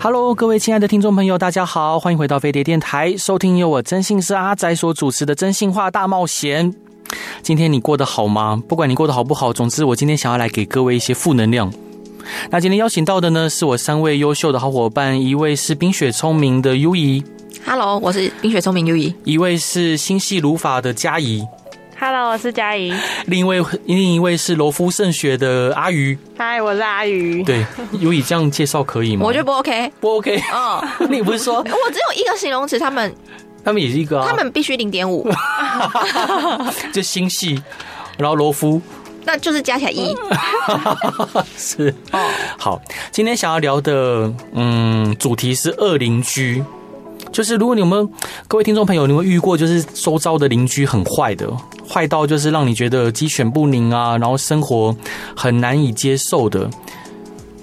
Hello，各位亲爱的听众朋友，大家好，欢迎回到飞碟电台，收听由我真心是阿仔所主持的《真心话大冒险》。今天你过得好吗？不管你过得好不好，总之我今天想要来给各位一些负能量。那今天邀请到的呢，是我三位优秀的好伙伴，一位是冰雪聪明的优怡， Hello，我是冰雪聪明优怡。一位是心系如法的佳怡， Hello，我是佳怡。另一位另一位是柔肤胜雪的阿鱼。嗨，我是阿鱼。对，优怡这样介绍可以吗？我觉得不 OK。不 OK。嗯，你不是说我只有一个形容词，他们他们也是一个、啊，他们必须零点五， 就心系，然后柔肤那就是加起来一。是哦。好，今天想要聊的嗯主题是恶邻居。就是如果你有没有各位听众朋友，你有没有遇过就是周遭的邻居很坏的，坏到就是让你觉得鸡犬不宁啊，然后生活很难以接受的。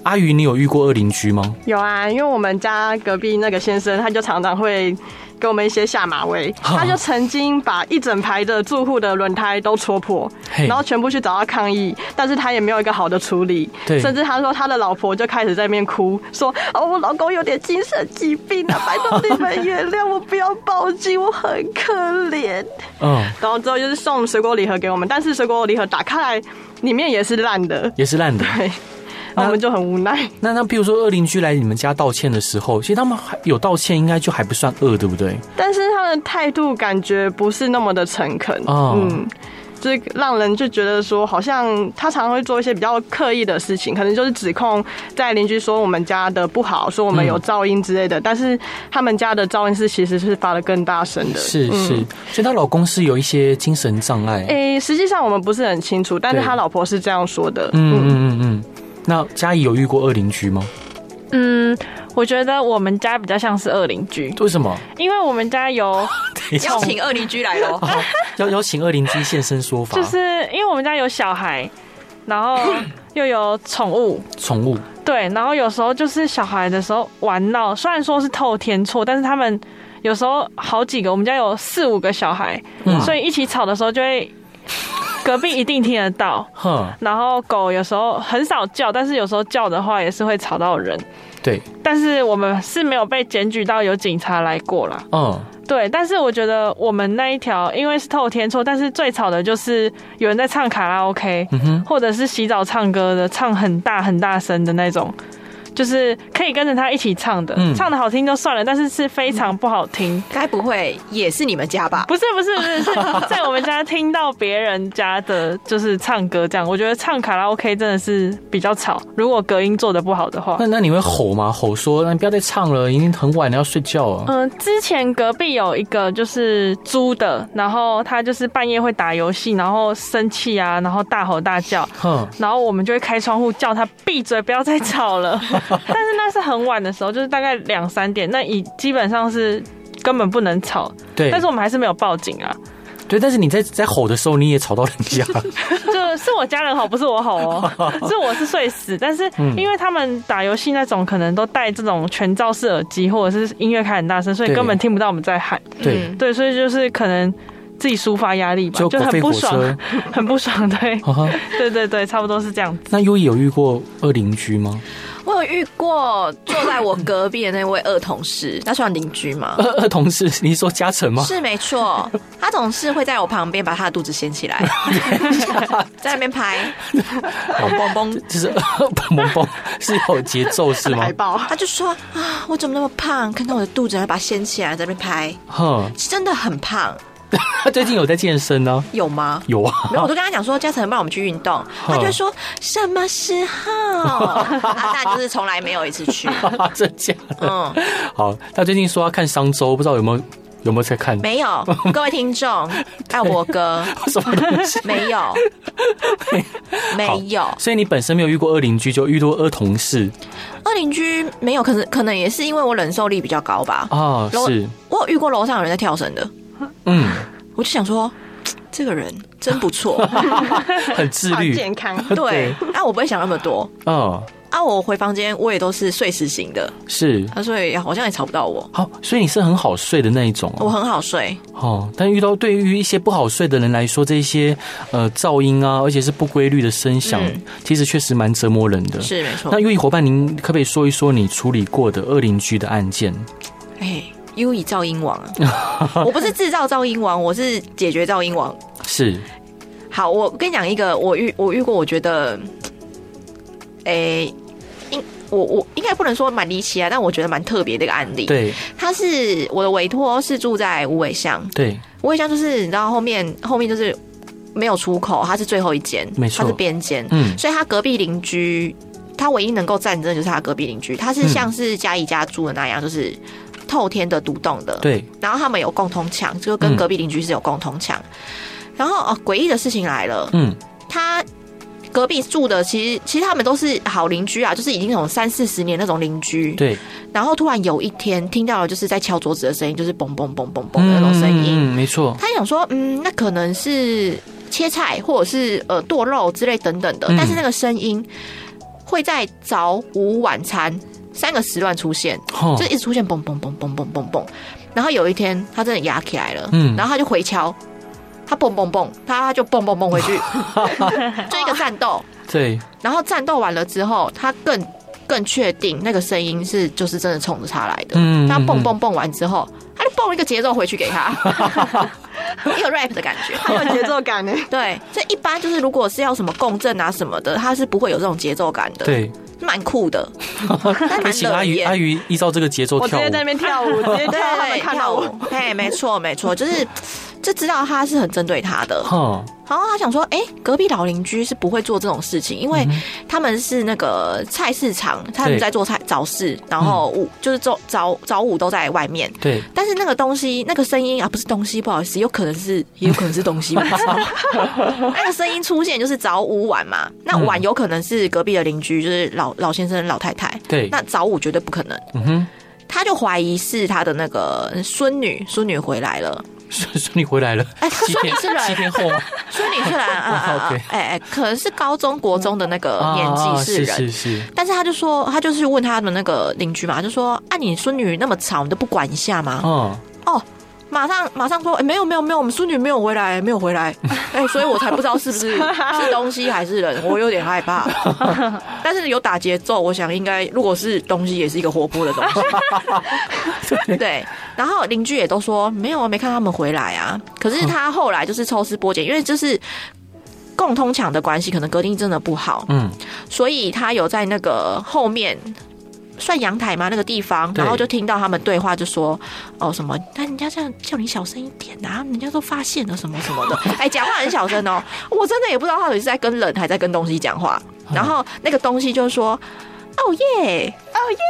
阿鱼，你有遇过恶邻居吗？有啊，因为我们家隔壁那个先生，他就常常会给我们一些下马威。哈他就曾经把一整排的住户的轮胎都戳破，嘿然后全部去找他抗议，但是他也没有一个好的处理。对甚至他说他的老婆就开始在那边哭，说：“哦，我老公有点精神疾病啊，拜托你们原谅我，不要报警，我很可怜。”嗯，然后之后就是送水果礼盒给我们，但是水果礼盒打开来，里面也是烂的。也是烂的。对，然后我们就很无 奈。那那比如说恶邻居来你们家道歉的时候，其实他们还有道歉，应该就还不算恶，对不对？但是他的态度感觉不是那么的诚恳，哦嗯，就是让人就觉得说，好像他常会做一些比较刻意的事情，可能就是指控在邻居说我们家的不好，说我们有噪音之类嗯的，但是他们家的噪音是其实是发的更大声的，是嗯是，所以她老公是有一些精神障碍。哎诶、实际上我们不是很清楚，但是对他老婆是这样说的，嗯嗯嗯嗯。那嘉怡有遇过恶邻居吗？嗯，我觉得我们家比较像是恶邻居，为什么？因为我们家有，邀请二邻居来喽。 好邀邀请恶邻居现身说法，就是因为我们家有小孩，然后又有宠物，宠物对，然后有时候就是小孩的时候玩闹，虽然说是透天错，但是他们有时候好几个，我们家有四五个小孩，嗯所以一起吵的时候就会隔壁一定听得到。哼，然后狗有时候很少叫，但是有时候叫的话也是会吵到人。对，但是我们是没有被检举到有警察来过啦。嗯，对，但是我觉得我们那一条因为是透天错，但是最吵的就是有人在唱卡拉 OK，、嗯哼或者是洗澡唱歌的，唱很大很大声的那种，就是可以跟着他一起唱的，嗯唱的好听就算了，但是是非常不好听。该不会也是你们家吧？不是不是不是，是 在我们家听到别人家的，就是唱歌这样。我觉得唱卡拉 OK 真的是比较吵，如果隔音做的不好的话。那那你会吼吗？吼说，那你不要再唱了，已经很晚了，要睡觉了。嗯、之前隔壁有一个就是租的，然后他就是半夜会打游戏，然后生气啊，然后大吼大叫，哼，然后我们就会开窗户叫他闭嘴，不要再吵 了。但是那是很晚的时候，就是大概两三点，那已基本上是根本不能吵，对，但是我们还是没有报警啊。对，但是你在在吼的时候，你也吵到人家。就是我家人吼，不是我吼 哦，是我是睡死。但是嗯因为他们打游戏那种，可能都戴这种全罩式耳机，或者是音乐开很大声，所以对根本听不到我们在喊。对，对，所以 就是可能自己抒发压力吧，就就狗吠很火不爽车， 哦很不爽。对， 哈哈。对对对，差不多是这样子。那优怡有遇过恶邻居吗？ 我有遇过坐在我隔壁的那 位恶同事，那算邻居吗？恶恶同事，你是说嘉诚 吗？是没错，他总是会在我旁边把他的肚子掀起来，在那边拍，好嘣嘣嘣， 就是蹦蹦蹦，是有节奏是吗 海？报。他就说啊，我怎么那么胖？看到我的肚子，然后把它掀起来，在那边拍，哼，真的很胖， 他最近有在健身呢、有吗？有啊，没有，我就跟他讲说，嘉诚帮我们去运动，他就会说什么时 候？啊，但就是从来没有一次 去， 真假的？嗯，好，他最近说要看商周，不知道有没有有没有在看？没有。各位听众，爱我哥，什么东 西？没有，没有。所以你本身没有遇过恶邻居，就遇到恶同事二邻居没有，可是可能也是因为我忍受力比较高吧。啊？楼是我有遇过楼上有人在跳绳的，嗯，我就想说，这个人真不 错，很自好 律，健 康。对，啊，我不会想那么多。嗯，啊，我回房间我也都是睡死型的，是啊，所以好像也吵不到我，好，所以你是很好睡的那一种我哦。很好睡。哦，但遇到对于一些不好睡的人来说，这些呃噪音啊，而且是不规律的声响，嗯其实确实蛮折磨人的。是没错那。优异伙伴，您可不可以说一说你处理过的恶邻居的案件？哎，优以噪音王啊， 我不是制造噪音王，我是解决噪音王。是，好，我跟你讲一个，我遇我遇过，我觉得，哎，应我我应该不能说蛮离奇啊，但我觉得蛮特别的一个案例。，对他是我的委托是住在五尾乡，对，五尾乡就是你知道后面后面就是没有出口，它是最后一间，没错它是边间，嗯所以他隔壁邻居，他唯一能够战争的就是他隔壁邻居，他嗯是像是家宜家住的那样，就是透天的独栋的，对，然后他们有共同墙，就跟嗯隔壁邻居是有共同墙。然后哦，诡异的事情来了，嗯他隔壁住的其实其实他们都是好邻居啊，就是已经那种三四十年那种邻居。对，然后突然有一天听到了就是在敲桌子的声音，就是嘣嘣嘣嘣嘣的那种声音。嗯，没错，他想说，嗯，那可能是切菜或者是呃剁肉之类等等的，嗯但是那个声音会在早午晚餐三个时段出现，哦就一直出现嘣嘣嘣嘣嘣嘣嘣。然后有一天他真的压起来了，嗯然后他就回敲，他蹦蹦蹦，他他就蹦蹦蹦回 去，就一个战斗。对，然后战斗完了之后，他更更确定那个声音是就是真的冲着他来的。嗯他蹦蹦蹦完之后，他就蹦一个节奏回去 给他，一个 rap 的感觉。很有节奏感呢。欸对，所以一般就是如果是要什么共振啊什么的，他是不会有这种节奏感的，，对，蛮 酷的，但而蛮且惹阿鱼阿眼。鱼依照这个节奏我直跳接在那舞，边 跳舞，直接对跳到 他对们对，看到我。， 嘿，没错没错，就是就知道他是很针对他的。哈，然后他想说，哎、隔壁老邻居是不会做这种事情，因为他们是那个菜市场，他们在做菜早市，然后午、就是早早早午都在外面。对，但是那个东西，那个声音啊，不是东西，不好意思，有可能是，也有可能是东西，我不知道 那个声音出现就是早午晚嘛，那晚有可能是隔壁的邻居，就是老老先生、老太太，对，那早午绝对不可能。嗯哼，他就怀疑是他的那个孙女，孙女回来了，说说你回 来了，哎他说七天你是人 七天 后吗孙女是来，啊啊 啊哦 OK，哎哎，可能是高中国中的那个年啊纪是人，是是，但是他就说，他就是问他的那个邻居嘛，就说啊，你孙女那么吵，你都不管一下吗？哦，哦，马上马上说，哎、没有没有没有，我们孙女没有回来，没有回来，哎、所以我才不知道是不是是东西还是人，我有点害怕。但是有打节奏，我想应该如果是东西，也是一个活泼的东西。对，然后邻居也都说没有啊，没看他们回来啊。可是他后来就是抽丝剥茧，因为就是。共通墙的关系，可能隔音真的不好， 嗯，所以他有在那个后面算阳台吗？那个地方，对然后就听到他们对话，就说哦什么，那人家这样叫你小声一点啊，人家都发现了什么什么的，哎，讲话很小声哦，我真的也不知道他到底是在跟人还在跟东西讲话，然后那个东西就说。哦耶！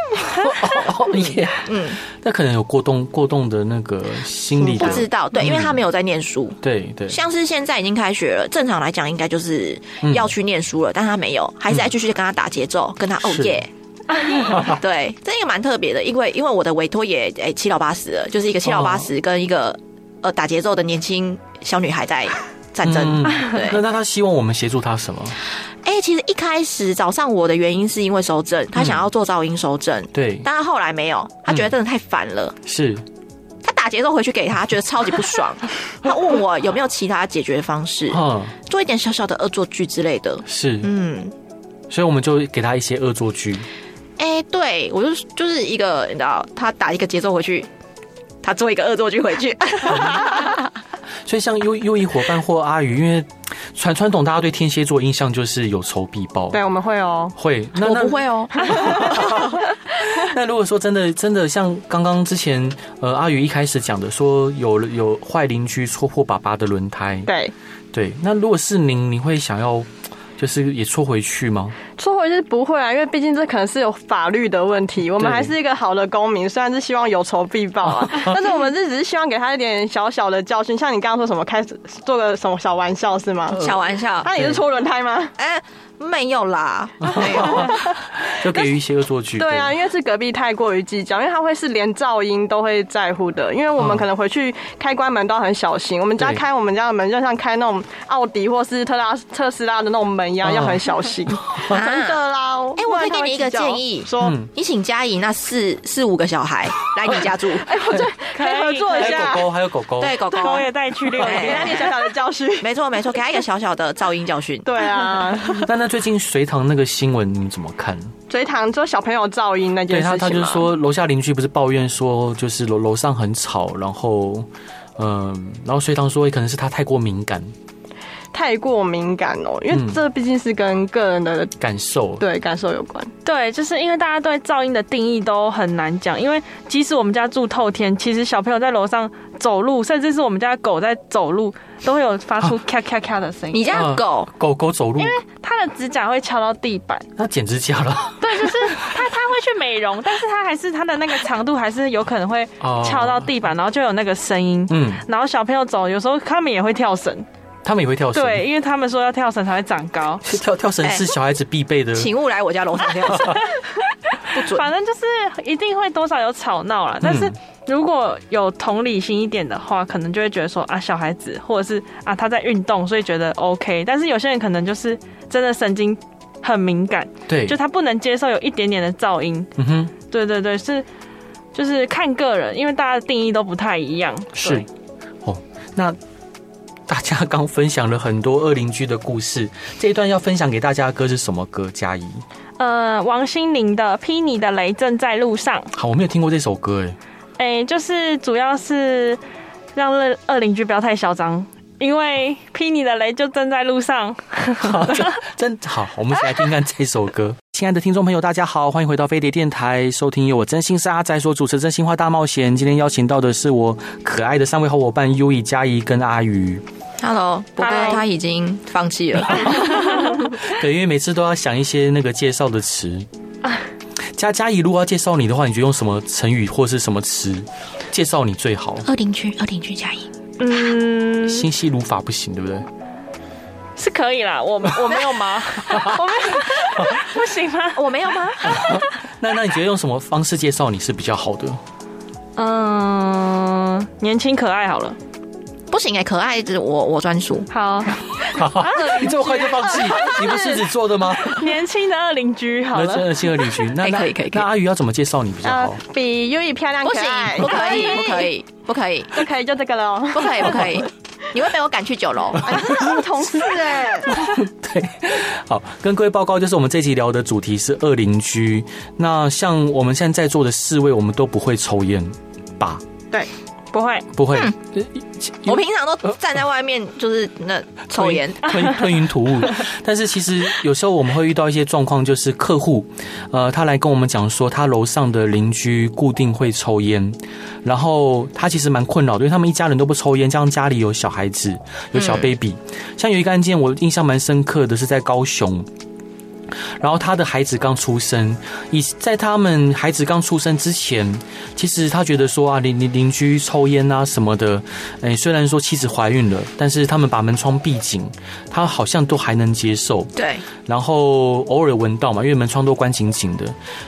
哦耶，嗯，那可能有过动过动的那个心理不的，知道，对，因为他没有在念书，对对，像是现在已经开学了，正常来讲应该就是要去念书了，但他没有，还是在继续跟他打节奏，跟他哦是耶。 对，这个蛮特别的，因为因为我的委托也诶、七老八十了，就是一个七老八十跟一个、呃打节奏的年轻小女孩在战争。嗯对， 那那他希望我们协助他什么？哎、其实一开始找上我的原因是因为收证，他想要做噪音收证，对，但他后来没有，他觉得真的太烦了。是，他打节奏回去给他，觉得超级 不爽。他问我有没有其他解决方式，嗯，做一点小小的恶作剧之类的。是，嗯，所以我们就给他一些恶作剧，哎、对我就是就是一个，你知道，他打一个节奏回去，他做一个恶作剧回 去，所以像优优异伙伴或阿鱼，因为传传统大家对天蝎座印象就是有仇必报。对，我们会哦。会，那啊我那不会哦。那如果说真的真的像刚刚之前呃阿宇一开始讲的，说有有坏邻居戳破爸爸的轮胎，对，对，那如果是您，您会想要就是也戳回去吗？说回去不会啊，因为毕竟这可能是有法律的问题，我们对还是一个好的公民，虽然是希望有仇必报 啊，但是我们是只是希望给他一点小小的教 呃训，像你刚刚说什么开始做个什么小玩笑是吗？ 小玩笑，那、你是戳轮胎吗？哎、没有啦，没有，就给予一些恶作剧。对啊，因为为是隔壁太过于计较，因为他会是连噪音都会在乎的，因为我们嗯可能回去开关门都要很小心。我们家对开我们家的门，就像开那种奥迪或是特拉特斯拉的那种门一样，嗯要很 小心。真的啦，哎啊我可以给你一个建议说嗯你请嘉颖那四四五个小 孩来你家住，哎可可以合以作一可以还有下狗狗，还有狗狗，啊对狗狗，我也带去 遛一给遍哎他。哎点小小的 教训。没错没错，给他一个小小的噪音教 训。对啊，那那最近隋唐那个新闻你们怎么看？隋唐说小朋友噪音那件对事情啊他，嘛他就是说楼下邻居不是抱怨说，就是楼楼上很吵，然后。嗯，然后隋唐说可能是他太过敏感太过敏感哦，因嗯为这毕竟是跟个人的感受，对感受有关。对，就是因为大家对噪音的定义都很难讲，因为即使我们家住透天，其实小朋友在楼上走路，甚至是我们家狗在走路，都会有发啊出咔咔咔的声音。你家啊的狗狗狗走路，它的指甲会敲到地板，那剪指甲 了，对，就是它它会去美容， 但是它还是它的那个长度还是有可能会哦敲到地板，然后就有那个声音。嗯，哦然后小朋友走，有时候他们也会跳绳，他们也会跳绳，对，，因为他们说要跳绳才会长高。跳跳绳是小孩子必备的，嗯请勿来我家楼上跳 绳，不准。反正就是一定会多少有吵闹嗯啦，但是如果有同理心一点的话，可能就会觉得说啊，小孩子或者是啊他在运动，所以觉得 OK。但是有些人可能就是真的神经很敏感，对，就他不能接受有一点点的噪音。嗯哼，对对对，是就是看个人，因为大家的定义都不太一样。是，哦，那大家刚分享了很多恶邻居的故事，这一段要分享给大家的歌是什么歌？佳怡，呃，王心凌的《劈你的雷正在路上》，好，我没有听过这首歌，哎，哎、就是主要是让二二邻居不要太嚣张，因为劈你的雷就正在路上。真好，我们一起来听看这首歌。 亲爱的听众朋友，大家好，欢迎回到飞碟电台，收听由我真心是阿仔所主持的《真心话大冒险》。今天邀请到的是我可爱的三位好伙伴优以、佳怡跟阿鱼。 Hello，不过 Hello 他已经放弃 了。对，因为每次都要想一些那个介绍的词。佳佳怡，如果要介绍你的话，你就用什么成语或是什么词介绍你最好？二邻居，二邻居加一，嗯，心细如法不行，对不对？是可以啦，我我没 有吗？我没有，不行吗？我没有 吗？那那你觉得用什么方式介绍你是比较好的？嗯，年轻可爱好了，不行哎、可爱的我我专属。 好， 你这么快就放弃？你不是狮子座的吗？年轻的二邻居好那真呃了。的是二邻居。那哎那 可以可啊以可以那阿宇要怎么介绍你比较呃哦好？，比优以漂亮不可行爱，，不可以，不可以，不可以，不可以，就这个了哦。不可以，不可以，你会被我赶去九楼。 哎真的是同事哎、好，跟各位报告，就是我们这集聊的主题是恶邻居。那像我们现在在座的四位，我们都不会抽烟吧？不会，不会，嗯呃我平常都站在外面，就是 那抽烟。吞吞云吐 雾。但是其实有时候我们会遇到一些状况，就是客户，呃，他来跟我们讲说，他楼上的邻居固定会抽烟，然后他其实蛮困扰的，因为他们一家人都不抽烟，加上家里有小孩子，有嗯小 baby。像有一个案件，我印象蛮深刻的是在高雄。然后他的孩子刚出生，以在他们孩子刚出生之前，其实他觉得说啊，邻邻邻居抽烟啊什么的，哎，虽然说妻子怀孕了，但是他们把门窗闭紧，他好像都还能接受。对，然后偶尔闻到嘛，因为门窗都关紧紧的。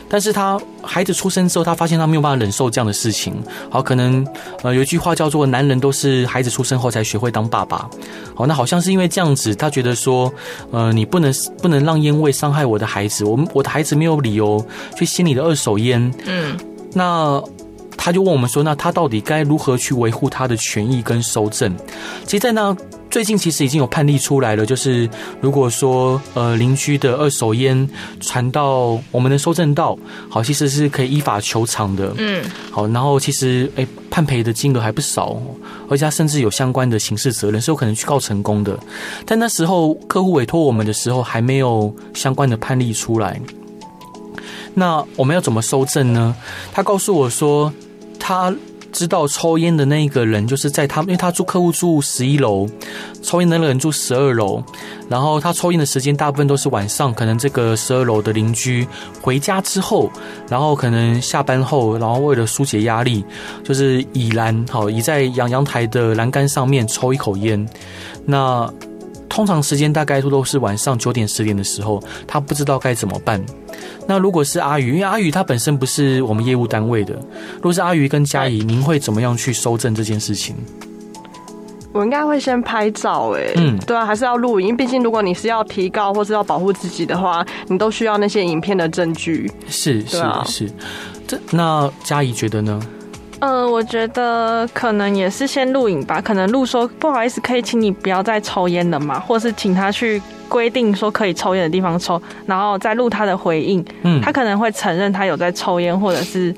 但是他孩子出生之后，他发现他没有办法忍受这样的事情。好，可能呃有一句话叫做“男人都是孩子出生后才学会当爸爸”。好，那好像是因为这样子，他觉得说，呃，你不能不能让烟味伤害我的孩子，我们我的孩子没有理由去吸你的二手烟。嗯，那他就问我们说，那他到底该如何去维护他的权益跟收证？其实，在那最近其实已经有判例出来了，就是如果说呃邻居的二手烟传到我们的收证到，好，其实是可以依法求偿的。嗯，好，然后其实诶判赔的金额还不少哦，而且他甚至有相关的刑事责任，是有可能去告成功的。但那时候客户委托我们的时候，还没有相关的判例出来。那我们要怎么收证呢？他告诉我说，他知道抽烟的那一个人就是在他，因为他住客户住十一楼，抽烟的那个人住十二楼，然后他抽烟的时间大部分都是晚上，可能这个十二楼的邻居回家之后，然后可能下班后，然后为了疏解压力，就是倚栏好倚在阳阳台的栏杆上面抽一口烟，那。通常时间大概都是晚上九点十点的时候，他不知道该怎么办。那如果是阿宇，因为阿宇他本身不是我们业务单位的，如果是阿宇跟佳怡，您会怎么样去收证这件事情？我应该会先拍照、欸，哎，嗯对啊，还是要录影，因为毕竟如果你是要提告或是要保护自己的话，你都需要那些影片的证据。是是对啊是，这那佳怡觉得呢？呃，我觉得可能也是先录影吧，可能录说不好意思，可以请你不要再抽烟了嘛，或是请他去规定说可以抽烟的地方抽，然后再录他的回应，嗯他可能会承认他有在抽烟，或者是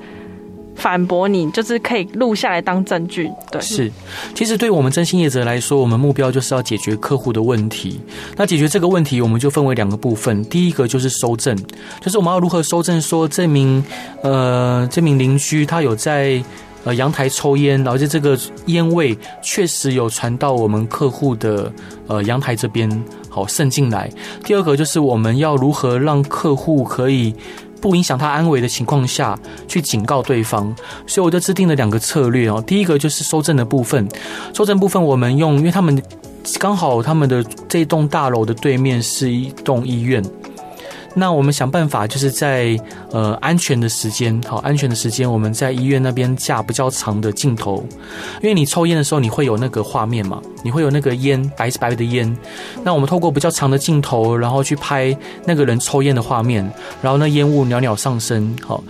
反驳你，就是可以录下来当证据。对，是，其实对我们征信业者来说，我们目标就是要解决客户的问题。那解决这个问题，我们就分为两个部分。第一个就是收证，就是我们要如何收证，说这名呃这名邻居他有在呃阳台抽烟，然后就这个烟味确实有传到我们客户的呃阳台这边，好渗进来。第二个就是我们要如何让客户可以。不影响他安危的情况下，去警告对方，所以我就制定了两个策略哦。第一个就是收证的部分，收证部分我们用，因为他们刚好他们的这栋大楼的对面是一栋医院，那我们想办法就是在呃安全的时间，好安全的时间，我们在医院那边架比较长的镜头，因为你抽烟的时候你会有那个画面嘛，你会有那个烟白白的烟，那我们透过比较长的镜头，然后去拍那个人抽烟的画面，然后那烟雾袅袅上升，好。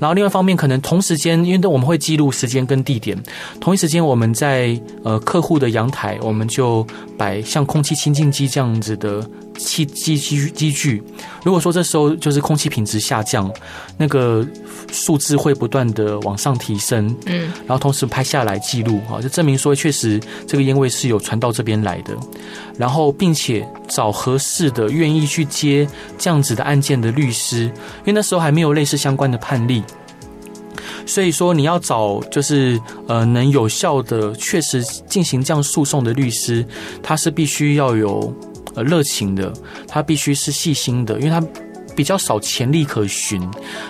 然后另外一方面，可能同时间，因为我们会记录时间跟地点，同一时间我们在呃客户的阳台，我们就摆像空气清净机这样子的器机机机具。如果说这时候就是空气品质下降，那个数字会不断的往上提升，嗯，然后同时拍下来记录啊，就证明说确实这个烟味是有传到这边来的。然后并且找合适的愿意去接这样子的案件的律师，因为那时候还没有类似相关的判例。所以说，你要找就是呃能有效的、确实进行这样诉讼的律师，他是必须要有呃热情的，他必须是细心的，因为他比较少潜力可循。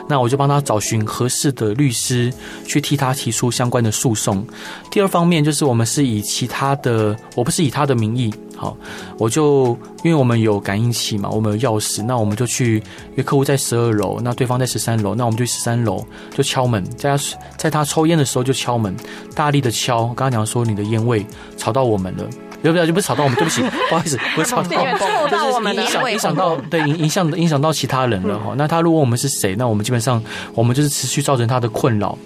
那我就帮他找寻合适的律师去替他提出相关的诉讼。第二方面就是我们是以其他的，我不是以他的名义，好，我就因为我们有感应器嘛，我们有钥匙，那我们就去，因为客户在十二楼，那对方在十三楼，那我们就去十三楼就敲门，在他在他抽烟的时候就敲门，大力的敲，刚刚讲说你的烟味吵到我们了。对不对？就不是吵到我们，对不 起，不好意思，不是吵到，臭到我们的影烟响味嗯影响到对影影响影响到其他人了哈。那他如果我们是谁，那我们基本上我们就是持续造成他的困扰。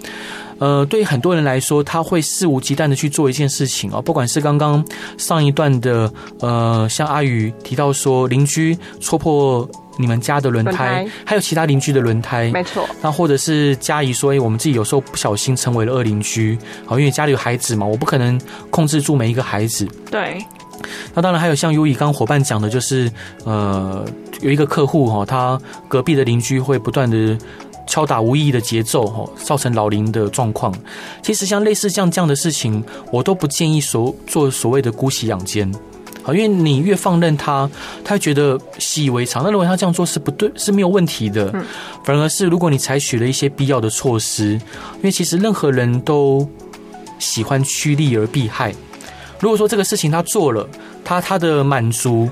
呃，对于很多人来说，他会肆无忌惮的去做一件事情哦，不管是刚刚上一段的呃，像阿宇提到说邻居戳破你们家的轮胎，轮胎还有其他邻居的轮胎，没错，那或者是家怡说，哎，我们自己有时候不小心成为了恶邻居，好，因为家里有孩子嘛，我不可能控制住每一个孩子，对，那当然还有像优以刚伙伴讲的，就是呃，有一个客户哈、哦，他隔壁的邻居会不断的敲打无意义的节奏哈、哦，造成老龄的状况。其实像类似这样这样的事情，我都不建议所做所谓的姑息养奸。好，因为你越放任他，他会觉得习以为常。那如果他这样做是不对，是没有问题的。反而是如果你采取了一些必要的措施，因为其实任何人都喜欢趋利而避害。如果说这个事情他做了，他他的满足，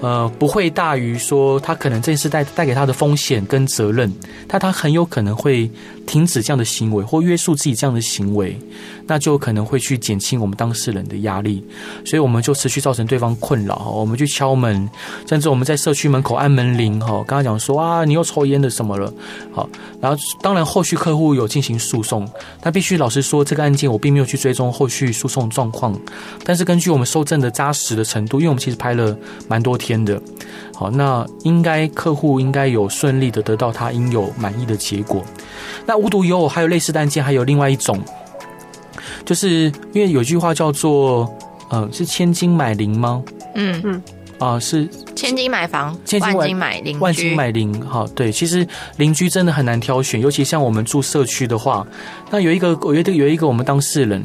呃，不会大于说他可能这件事带带给他的风险跟责任，但他很有可能会停止这样的行为，或约束自己这样的行为，那就可能会去减轻我们当事人的压力，所以我们就持续造成对方困扰，我们去敲门，甚至我们在社区门口按门铃，哈，刚刚讲说啊，你又抽烟的什么了，好，然后当然后续客户有进行诉讼，但必须老实说，这个案件我并没有去追踪后续诉讼状况，但是根据我们收证的扎实的程度，因为我们其实拍了蛮多天的，好，那应该客户应该有顺利的得到他应有满意的结果。那无独有偶，还有类似的案件，还有另外一种，就是因为有句话叫做，呃，是千金买邻吗？嗯，啊、是千金买房，千金买万金买邻居，万金买邻，哈，对，其实邻居真的很难挑选，尤其像我们住社区的话，那有一个，我觉得有一个我们当事人，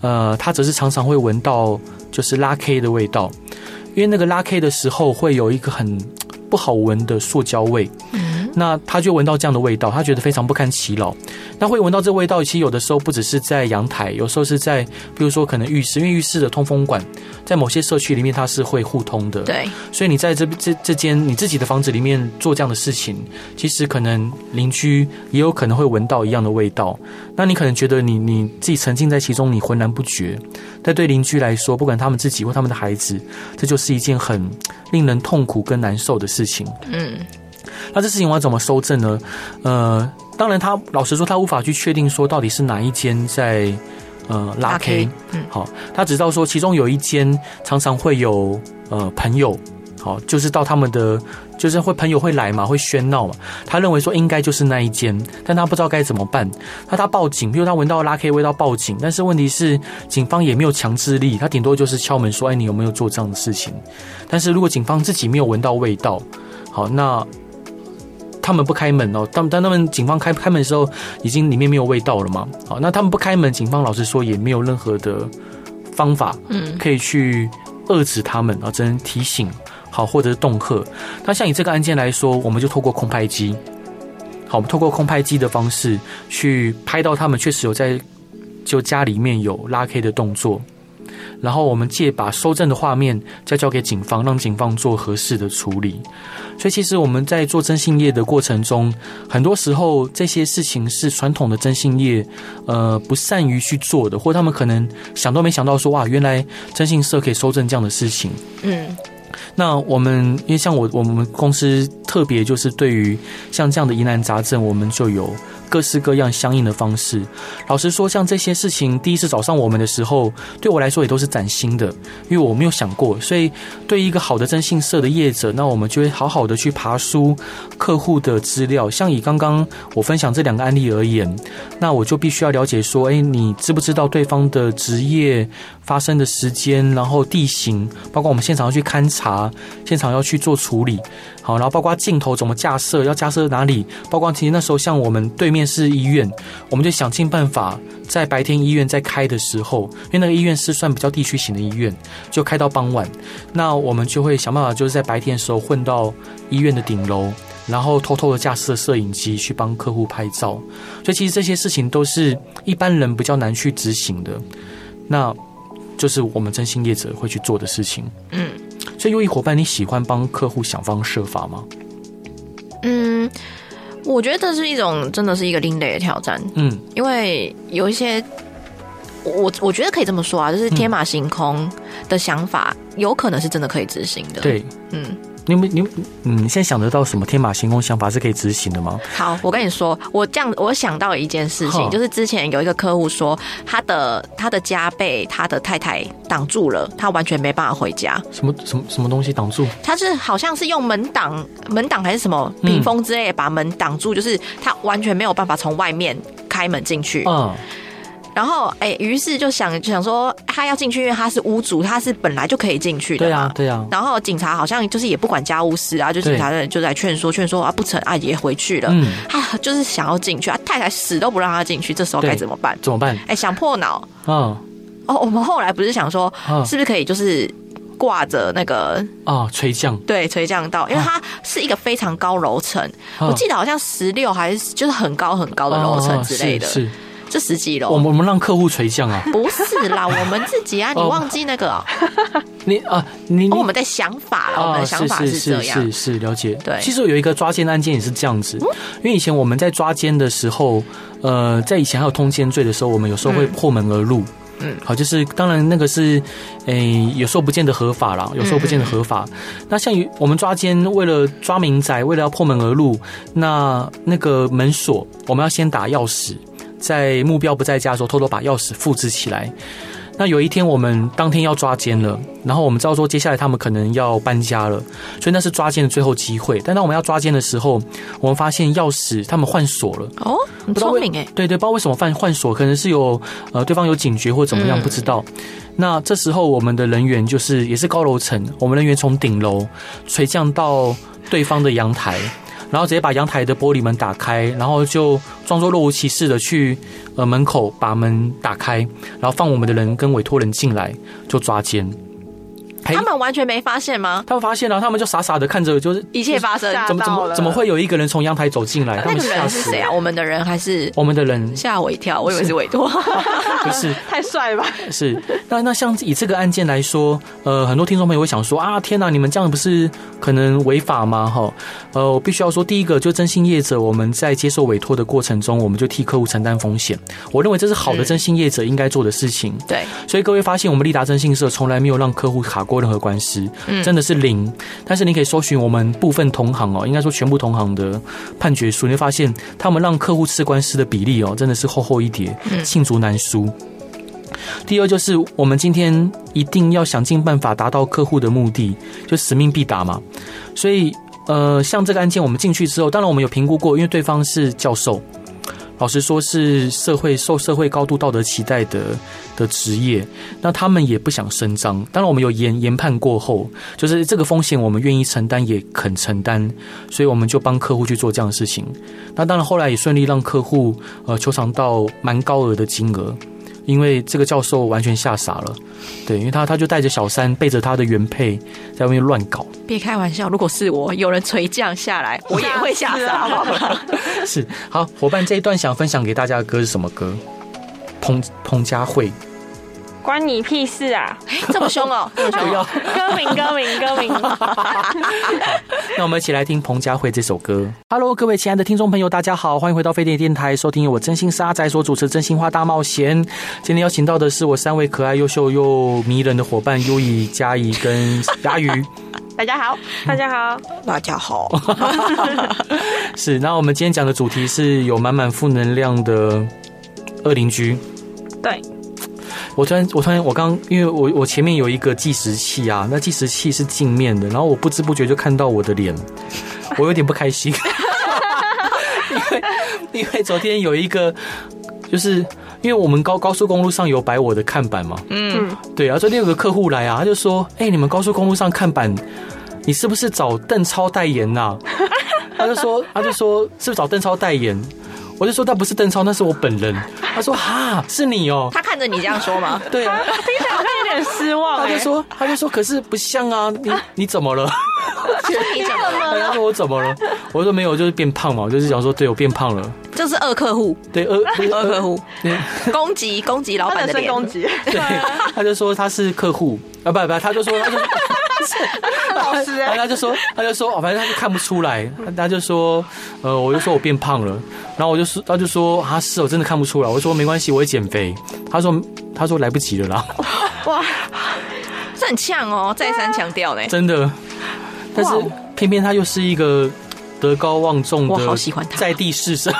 呃，他则是常常会闻到就是拉 K 的味道，嗯因为那个拉 K 的时候会有一个很不好闻的塑胶味，那他就闻到这样的味道，他觉得非常不堪其扰。那会闻到这味道，其实有的时候不只是在阳台，有时候是在，比如说可能浴室，因为浴室的通风管在某些社区里面它是会互通的，对，所以你在这这这间你自己的房子里面做这样的事情，其实可能邻居也有可能会闻到一样的味道。那你可能觉得你你自己沉浸在其中，你浑然不觉。但对邻居来说，不管他们自己或他们的孩子，这就是一件很令人痛苦跟难受的事情。嗯，那这事情我要怎么收证呢？呃，当然他老实说，他无法去确定说到底是哪一间在呃拉 K。嗯好，他只知道说其中有一间常常会有呃朋友，好，就是到他们的就是会朋友会来嘛，会喧闹嘛，他认为说应该就是那一间，但他不知道该怎么办。那他报警，比如他闻到拉 K 味道报警，但是问题是警方也没有强制力，他顶多就是敲门说，哎，你有没有做这样的事情？但是如果警方自己没有闻到味道，好，那。他们不开门哦，当当他们警方开开门的时候，已经里面没有味道了嘛。好，那他们不开门，警方老实说也没有任何的方法，嗯，可以去遏制他们啊，只能提醒好或者是恫吓。那像以这个案件来说，我们就透过空拍机，好，我们透过空拍机的方式去拍到他们确实有在就家里面有拉 K 的动作，然后我们借把收证的画面再交给警方，让警方做合适的处理。所以其实我们在做征信业的过程中，很多时候这些事情是传统的征信业呃不善于去做的，或他们可能想都没想到说哇，原来征信社可以收证这样的事情。嗯，那我们因为像我我们公司特别就是对于像这样的疑难杂症，我们就有各式各样相应的方式。老实说，像这些事情第一次找上我们的时候，对我来说也都是崭新的，因为我没有想过。所以对于一个好的征信社的业者，那我们就会好好的去爬书客户的资料。像以刚刚我分享这两个案例而言，那我就必须要了解说，哎，你知不知道对方的职业？发生的时间，然后地形，包括我们现场要去勘察，现场要去做处理，好，然后包括镜头怎么架设，要架设哪里，包括其实那时候像我们对面是医院，我们就想尽办法在白天医院在开的时候，因为那个医院是算比较地区型的医院，就开到傍晚，那我们就会想办法就是在白天的时候混到医院的顶楼。然后偷偷的架设摄影机去帮客户拍照，所以其实这些事情都是一般人比较难去执行的。那就是我们真心业者会去做的事情。嗯，所以优异伙伴，你喜欢帮客户想方设法吗？嗯，我觉得这是一种真的是一个另类的挑战，嗯因为有一些。我我觉得可以这么说啊，就是天马行空的想法，有可能是真的可以执行的。，对，嗯，你们你嗯，你现在想得到什么天马行空想法是可以执行的吗？好，我跟你说，我这样，我想到一件事好情，就是之前有一个客户说，他的他的家被他的太太挡住了，他完全没办法回家。什么什么什么东西挡住？他是好像是用门挡、门挡还是什么嗯屏风之类的把门挡住，就是他完全没有办法从外面开门进去。啊，然后，哎、于是就想就想说，他要进去，因为他是屋主，他是本来就可以进去的对嘛。啊对啊，然后警察好像就是也不管家务事啊，就对警察就来劝说劝说啊，不成啊也回去了。嗯，啊，就是想要进去啊，太太死都不让他进去，这时候对该怎么办？怎么办？哎、想破脑啊哦。我们后来不是想说，啊是不是可以就是挂着那个啊，垂降，对垂降道，因为它是一个非常高楼层，啊我记得好像十六还是就是很高很高的哦楼层之类的，哦啊是，是这十几我楼。们我们让客户垂降啊，不 是啦，我们自己啊，你哦忘记那个哦，你啊你哦你我们的想法啦，我们的想法哦是这样是，是了解。对其实有一个抓奸案件也是这样子，因为以前我们在抓奸的时候，呃，在以前还有通奸罪的时候，我们有时候会破门而入。嗯好，就是当然那个是，诶、有时候不见得合法嗯啦，有时候不见得合法。那像有我们抓奸，为了抓民宅，为了要破门而入，那那个门锁我们要先打钥匙，在目标不在家的时候偷偷把钥匙复制起来。那有一天我们当天要抓奸了，然后我们知道说接下来他们可能要搬家了，所以那是抓奸的最后机会。但当我们要抓奸的时候，我们发现钥匙他们换锁了。哦，很不知道聪为明哎，对对，不知道为什么换换锁，可能是有呃对方有警觉或怎么样，嗯不知道。那这时候我们的人员就是也是高楼层，我们人员从顶楼垂降到对方的阳台，然后直接把阳台的玻璃门打开，然后就装作若无其事的去呃门口把门打开，然后放我们的人跟委托人进来就抓奸。嘿他们完全没发现吗？他们发现了、他们就傻傻的看着，就是一切发生，吓怎么怎到么了怎么会有一个人从阳台走进来？他那们个吓人是死谁啊？我们的人还是我们的人吓我一跳，我以为是委托。 不是太帅 了吧？是，那那像以这个案件来说，呃，很多听众朋友会想说啊，天哪，你们这样不是可能违法吗？哈，呃，我必须要说，第一个就征信业者，我们在接受委托的过程中，我们就替客户承担风险，我认为这是好的嗯征信业者应该做的事情。对，所以各位发现，我们利达征信社从来没有让客户卡过任何官司，嗯真的是零。但是你可以搜寻我们部分同行哦，应该说全部同行的判决书，你会发现他们让客户吃官司的比例哦，真的是厚厚一叠，罄竹难书。第二就是我们今天一定要想尽办法达到客户的目的，就使命必达嘛。所以呃，像这个案件我们进去之后，当然我们有评估过，因为对方是教授，老实说是社会受社会高度道德期待的的职业，那他们也不想声张。当然我们有研研判过后，就是这个风险我们愿意承担，也肯承担，所以我们就帮客户去做这样的事情。那当然后来也顺利让客户呃求偿到蛮高额的金额。因为这个教授完全吓傻了，对，因为他他就带着小三，背着他的原配在外面乱搞， 别开玩笑，如果是我，有人垂降下来，我也会 吓死，好不好？是好伙伴，这一段想分享给大家的歌是什么歌？彭彭佳慧，关你屁事啊！这么凶 哦，这么凶哦，歌名歌名歌名，那我们一起来听彭佳慧这首歌。Hello，各位亲爱的听众朋友，大家好，欢迎回到飞碟电台，收听由我真心是阿仔所主持《的《真心话大冒险》。今天邀请到的是我三位可爱、优秀又迷人的伙伴优以、佳怡跟佳 瑜。大家好，大家好，大家好，是，那我们今天讲的主题是有满满负能量的恶邻居。对，我突然，我突然，我刚，因为我我前面有一个计时器啊，那计时器是镜面的，然后我不知不觉就看到我的脸， 我有点不开心， 因为因为昨天有一个，就是因为我们高高速公路上有摆我的看板嘛，嗯，对啊，昨天有个客户来啊，他就说：“哎、你们高速公路上看板，你是不是找邓超代言呐、 他就说：“他就说是不是找邓超代言？”我就说：“那不是邓超，那是我本人。”他说：“哈，是你哦、 他看着你这样说 吗？对啊。听起来好像有点失望他哎、就说：“他就说，可是不像啊，你你怎 么了？”你怎么了？对他说：“我怎么了？”我说：“没有，就是变胖嘛。”我就是想说，对我变胖了。这是恶客 户，对，呃，恶客户对攻击攻击老他板人的身脸，攻 击，对，他就说他是客户啊，不不，他就说他就。老师然后哎，他就说，他就说，哦反正他就看不出来，他就说，呃，我就说我变胖了，然后我就说，他就说，啊，是，我真的看不出来。我说没关系，我会减肥。他说，他说来不及了啦，这很呛哦，再三强调呢。真的。但是偏偏他又是一个德高望重我好的喜欢他在地士绅，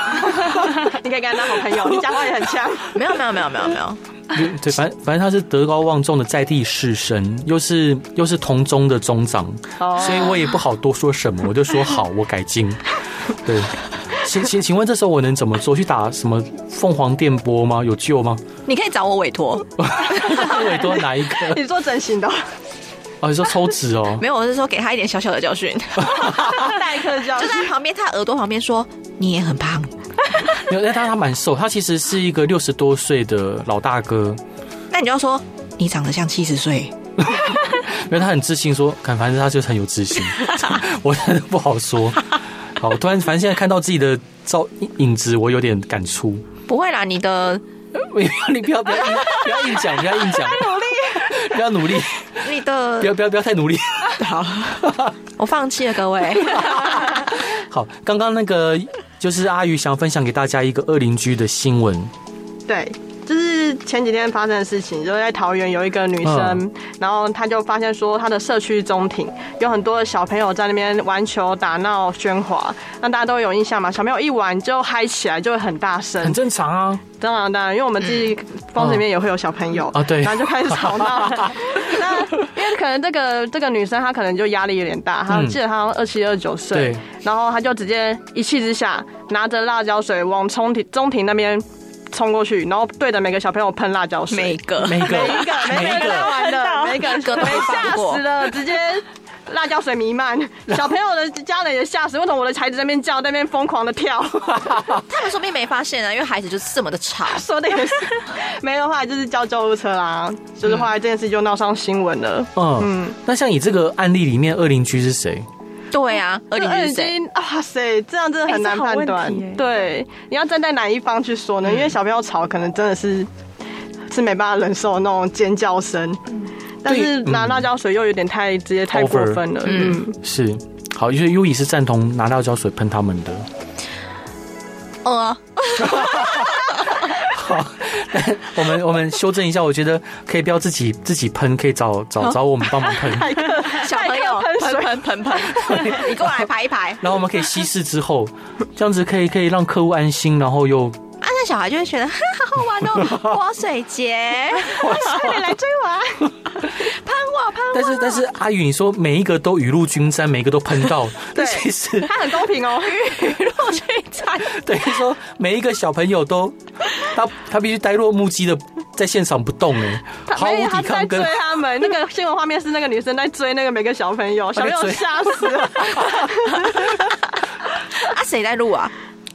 你可以跟他当好朋友，你讲话也很强。没有没有没有没有没有，对，反反正他是德高望重的在地士绅，又是又是同中的中长，哦所以我也不好多说什么，我就说好，我改进。对，请请请问这时候我能怎么做？去打什么凤凰电波吗？有救吗？ 你可以找我委托，委托哪一个？你做整形的哦，哦，你说抽脂哦没？有，我是说给他一点小小的教 训，代课教就师在旁边他耳朵旁边说你也很胖，没有，但哎他他蛮瘦，他其实是一个六十多岁的老大哥，那你就要说你长得像七十岁，因为他很自信说，看反正他就是很有自信， 我真的不好说。好，突然反正现在看到自己的照影子，我有点感触。不会啦，你的你不要，你不要，不要硬，不要硬讲，不要硬讲，不要哎努力，你不的要不要不要太努力。好，我放弃了各位，好，刚刚那个就是阿鱼想分享给大家一个恶邻居的新闻， 对。就是前几天发生的事情，就是在桃园有一个女生，嗯然后她就发现说，她的社区中庭有很多的小朋友在那边玩球、打闹、喧哗，那大家都有印象嘛？小朋友一玩就嗨起来，就会很大声，很正常啊。当然当然，因为我们自己房子里面也会有小朋友啊对然后就开始吵闹。 那因为可能这个这个女生她可能就压力有点大，她嗯记得她好像二七二九岁对，然后她就直接一气之下拿着辣椒水往中庭中庭那边冲过去，然后对着每个小朋友喷辣椒每水，个每个每一个每每一一个个玩的，每每一一个个都被放吓过死了，直接辣椒水弥漫，小朋友的家人也吓死，为什么我的孩子在那边叫，在那边疯狂的跳？他们说不定没发现啊，因为孩子就是这么的吵。说的也是，没有的话就是叫救护车啦，就是后来这件事就闹上新闻了。嗯，那像你这个案例里面，二邻居是谁？对啊，二邻居是谁？经啊塞，这样真的很难判哎断这好问题。耶对，你要站在哪一方去说呢？嗯因为小朋友吵，可能真的是是没办法忍受那种尖叫声。但是对拿嗯辣椒水又有点太直接、太过 Over 分了。嗯嗯，是好，因为优以是赞同拿辣椒水喷他们的。呃，我 们我们修正一下，我觉得可以不要自己自己喷，可以找哦找找我们帮忙 喷，哎小朋友太喷喷喷喷，你过来排一排。然后我们可以稀释之后，这样子可以可以让客户安心，然后又啊，那小孩就会觉得 哈好好玩哦，泼水节，快点来追我啊！喷我 喷啊但是但是阿宇，你说每一个都雨露均沾，每一个都喷 到，那其 实他很公平 哦，雨落去踩，等于说每一个小朋友都他他必须呆若木鸡的在现场不动哎，他毫没有无他抵在啊抗 追跟。他们。那个新闻画面是那个女生在追那个每个小朋友，小朋友追吓死 了。啊，谁在录啊？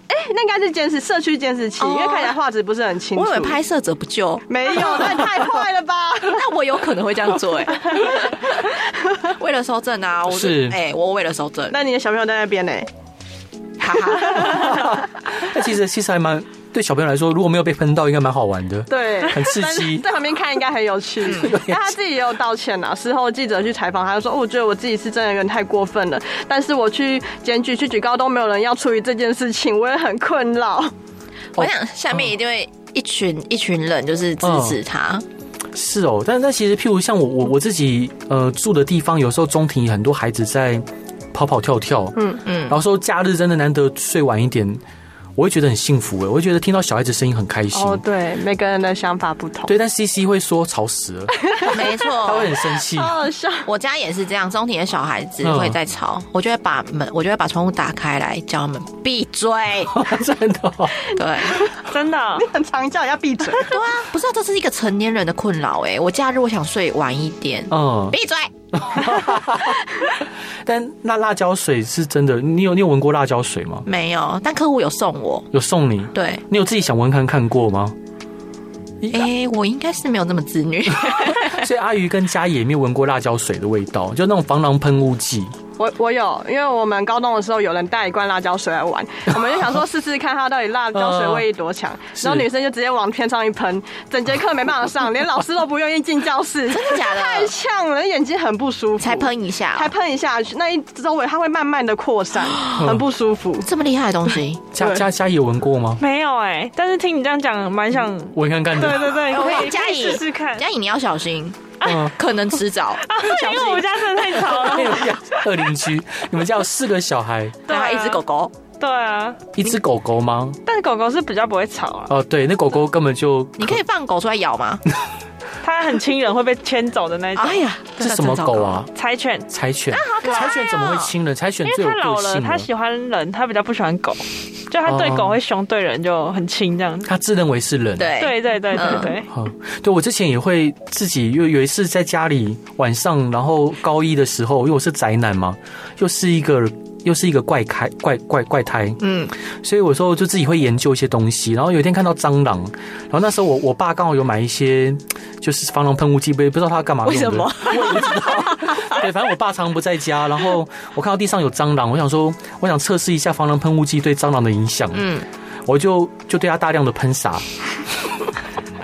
哎那应该是监视社区监视器，哦因为看起来画质不是很清楚。我以为拍摄者不救，没有，那也太快了吧！那我有可能会这样做哎、为了收证啊，我就是哎、我为了收证， 那你的小朋友在那边呢？哈哈，那其实其实还蛮对小朋友来说，如果没有被喷到，应该蛮好玩的。对，很刺但激在旁边看应该很有趣。 但他自己也有道歉啦。事后记者去采访，他就说：“哦，我觉得我自己是真的有点太过分了，但是我去检举、去举高都没有人要处理这件事情，我也很困扰。 我想下面一定会一群一群人就是支持他，是哦，但但其实，譬如像我我我自己呃住的地方，有时候中庭很多孩子在跑跑跳跳，嗯嗯，然后说假日真的难得睡晚一点，我会觉得很幸福欸诶，我会觉得听到小孩子声音很开心。哦，对，每个人的想法不同，对，但 C C 会说吵死了，哦没哦他错会。很生气。好好笑。我家也是这样，中庭的小孩子嗯会在吵，我就会把门，我就会把窗户打开来，叫他们闭嘴。 真的哦、对，真的哦、很常叫人家闭 嘴，对啊，不是、啊，这是一个成年人的困扰哎、我假日我想睡晚一点，嗯，闭嘴。但那辣椒水是真的，你有你有闻过辣椒水吗？没有，但客户有送我。有送你，对，你有自己想闻看看过 吗？哎、我应该是没有那么自虐。所以阿鱼跟佳也没有闻过辣椒水的味道，就那种防狼喷雾剂。我我有，因为我们高中的时候有人带一罐辣椒水来 玩，我们就想说试试看它到底辣椒水威力多强，然后女生就直接往天上一喷，整节课没办法 上，连老师都不愿意进教室，真的假的太呛了，眼睛很不舒服，才，喷一下、哦才喷一下，那一周围它会慢慢的扩散，哦很不舒服。这么厉害的东西，佳对佳佳也闻过吗？没有哎、但是听你这样讲，蛮想。闻看看的。对对对，我可以嘉可以颖试试看。嘉颖你要小心，嗯可能迟早，啊小因为我心。们家真的太吵了。二邻居，你们家有四个小孩，对啊对，一只狗狗， 对啊，一只狗狗吗？但是狗狗是比较不会吵啊，哦，对，那狗狗根本就你可以放狗出来咬吗？它很亲人，会被牵走的那啊种。哎 呀，是什么狗啊？？柴犬，柴犬，啊柴犬怎么会亲人？柴犬因为最有它老个了，性哦它了。喜欢人，它比较不喜欢狗，就它对狗会凶，对人就很亲这样子。它自认为是人。哎对对对对对对，嗯，对我之前也会自己有有一次在家里晚上，然后高一的时候，因为我是宅男嘛，又是一个又是一个怪胎怪怪怪胎，嗯，所以有时候就自己会研究一些东西。然后有一天看到蟑螂，然后那时候我我爸刚好有买一些就是防狼喷雾剂，不不知道他干嘛用的，为什么我也不知道。对，反正我爸常不在家，然后我看到地上有蟑螂，我想说我想测试一下防狼喷雾剂对蟑螂的影响，嗯，我就就对它大量的喷洒。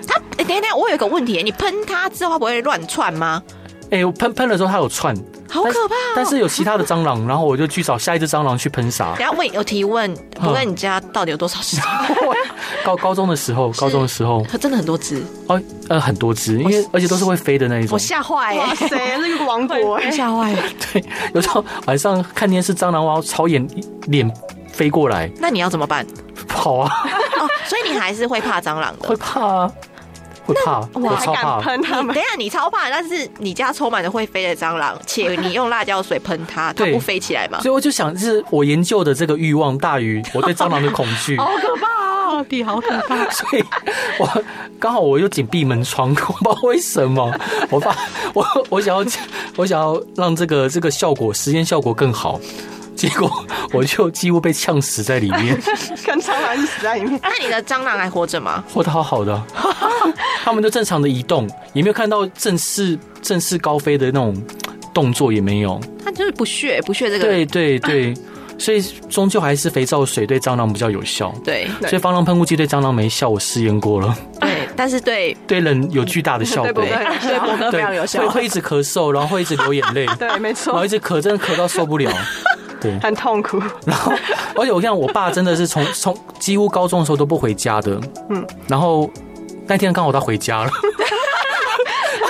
它哎等一下等一下，我有一个问题，你喷它之后它不会乱窜吗？哎、我喷喷的时候它有窜。好可怕哦！但是有其他的蟑螂，然后我就去找下一只蟑螂去喷洒 等。一下问有提问，不问你家到底有多 少只？高高中的时候，高中的时候，它真的很多只，哦，呃，很多只，因为而且都是会飞的那一我种。吓坏哇哎， 塞，这个王国哎，吓坏了。对，有时候晚上看电视，蟑螂往我朝眼脸飞过来，那你要怎么办？跑啊，哦，所以你还是会怕蟑螂的会。怕啊，会怕，啊我还超敢怕。喷他你们等一，下，你超怕，但是你家充满了会飞的蟑螂，且你用辣椒水喷它，它对不飞起来吗？所以我就想，是我研究的这个欲望大于我对蟑螂的恐惧。 好可怕哦！到底好可怕！ 所以我刚好我又紧闭门窗，我不知道为什么，我怕我我想要我想要让这个这个效果实验效果更好，结果我就几乎被呛死在里 面，跟蟑螂一起死 在里面。那你的蟑螂还活着吗？活得好好的，他们就正常的移动，也没有看到正式正式高飞的那种动作也没有，它就是不屑，不屑这个。对对对，所以终究还是肥皂水对蟑螂比较有效。对对所以防狼喷雾剂对蟑螂没效，我试验过了， 对，但是对对人有巨大的效 对果不。对？对博哥非常有效会。会一直咳嗽，然后会一直流眼泪，然 对，没后错一，直咳，真的咳到受 不了。对，很痛苦。然后而且我看我爸真的是从从几乎高中的时候都不回家的，嗯嗯，然后那天刚好他回 家了，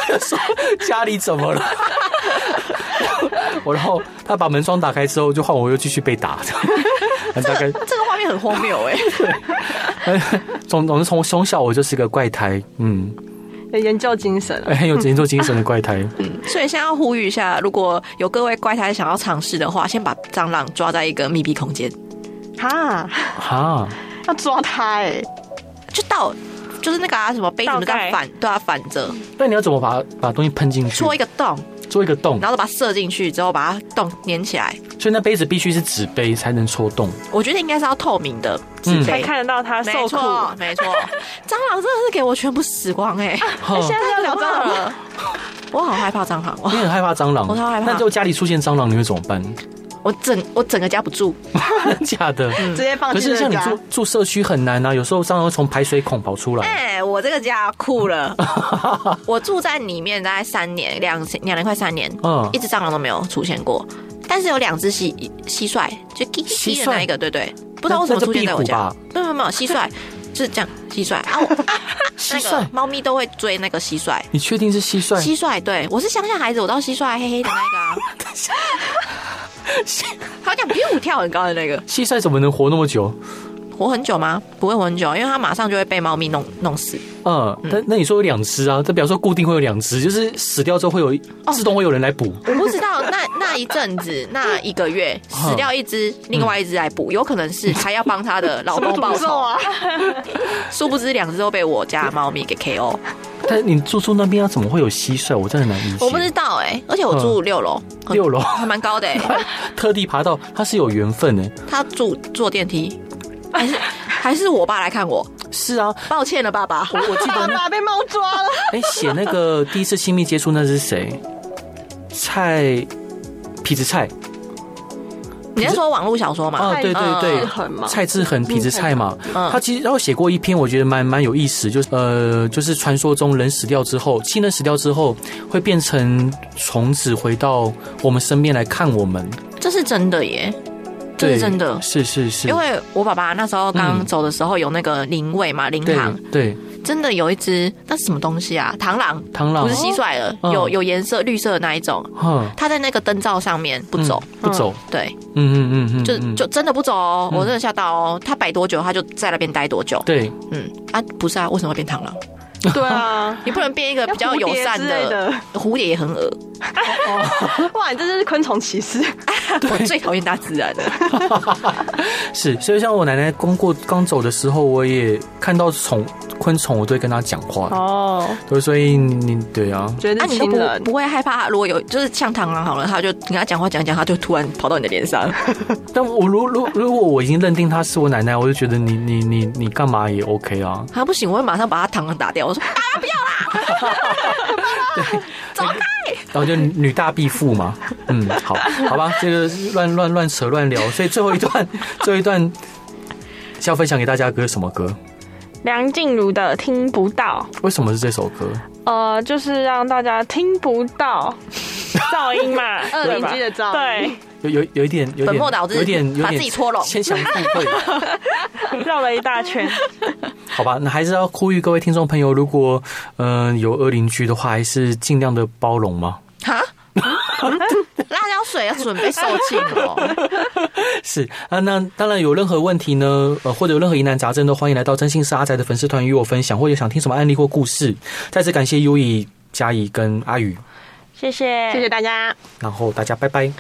他就说家里怎么了？我然后他把门窗打开之后，就换我又继续被打， 这样大概 这个画面很荒谬哎、总总是从从小我就是个怪胎，嗯，研究精神啊，哎嗯很有研究精神的怪 胎。所以现在要呼吁一下，如果有各位怪胎想要尝试的话，先把蟑螂抓在一个密闭空间，哈，哈，要抓它哎，就倒，就是那个啊什么杯子倒这盖样反，对啊反着那你要怎么把把东西喷进去？戳一个洞，做一个洞，然后把它射进去之后，把它洞粘起来。所以那杯子必须是纸杯才能戳 洞。我觉得应该是要透明的纸嗯才杯。看得到他没受苦。错，没错， 蟑螂真的是给我全部死光 哎、哈现在是要聊蟑螂吗，了， 我好害怕蟑螂，我你很害怕蟑螂，我超害怕那就家里出现蟑螂，你会怎么 办？我整我整个家不住，真的假的？嗯直接放嗯可进是像你家住。住社区很难啊，有时候蟑螂会从排水孔跑出来。哎、我这个家 酷了，我住在里面大概三年，两两年快三年，嗯一只蟑螂都没有出现过，但是有两只蟋蟋蟀，就叽叽叽的那一个，对对，不知道为什么出现在我那家是壁，没有没有没有蟋蟀。就是这样，蟋蟀啊，我啊蟋那个蟀，嗯猫咪都会追那个蟋蟀，你确定是蟋蟀？蟋蟀，对我是乡下孩子，我知道蟋蟀黑黑的那个啊， 它讲 biu 跳很高的那个，蟋蟀怎么能活那么久？活很久吗？不会活很久，因为它马上就会被猫咪弄弄死。嗯，但那你说有两只啊？这表示说固定会有两只，就是死掉之后会有自动会有人来补。我不知道，那那一阵子，那一个月嗯死掉一只，另外一只来补，有可能是他要帮他的老什么公 报诅咒仇。啊？殊不知两只都被我家猫咪给 KO，但你住住那边啊，怎么会有蟋蟀？我真的很难理解。我不知道哎、而且我住六楼，嗯很六楼还蛮高 的哎、特地爬到，它是有缘分哎、他住坐电梯，还是还是我爸来看我，是啊，抱歉了爸爸，我我记得爸那爸被猫 抓了，哎，写那个第一次亲密接触那是谁？蔡痞子蔡 你在说网络小说嘛？啊，对对嗯对，很忙。蔡志恒痞子蔡嘛，嗯他其实然后写过一篇，我觉得蛮蛮有意思，就是呃，就是传说中人死掉之后，亲人死掉之后会变成虫子回到我们身边来看我们，这是真的耶，这对，是真的。是是是，因为我爸爸那时候刚嗯走的时候有那个灵位嘛，灵对堂对真的有一只，那是什么东西啊？螳螂，螳螂不是蟋蟀了，哦有有颜色绿色的那一种，哼它在那个灯罩上面不走，嗯不走，对，嗯嗯嗯嗯，就嗯就真的不走哦，嗯我真的吓到哦，它摆多久它就在那边待多久，对，嗯啊，不是啊，为什么要变螳螂？对啊，你不能变一个比较友善要蝴蝶之类的。的。蝴蝶也很恶，哇，你这就是昆虫歧视。我最讨厌大自然了。是，所以像我奶奶刚过刚走的时候，我也看到虫昆虫，我都会跟她讲话。哦，对，所以你对啊，觉那、得你都亲不人不会害怕？如果有就是像螳螂好了，它就你跟它讲话讲一讲，它就突然跑到你的脸上。但我如如如果我已经认定她是我奶奶，我就觉得你你你你干嘛也 OK 啊。啊，不行，我会马上把它螳螂打掉。我说啊，不要啦，走开。然后就女大必富 嘛，嗯，好，好吧，这个乱乱乱扯乱聊，所以最后一 段最后一段是要分享给大家的歌是什么歌？梁静茹的《听不到为什么是这首歌？》，呃，就是让大家听不 到噪音嘛，二对邻吧居的照，有有有一点有本点末倒置有点有把点自己搓拢牵强附会。对，绕了一大圈。好吧，那还是要呼吁各位听众朋友，如果嗯、呃有恶邻居的话，还是尽量的包容嘛。哈，啊嗯辣椒水要准备售罄哦。 是啊，那当然有任何问题呢，呃，或者有任何疑难杂症，都欢迎来到真心是阿宅的粉丝团与我分享，或者想听什么案例或故事。再次感谢优以、嘉怡跟阿宇，谢谢，谢谢大家。然后大家拜拜。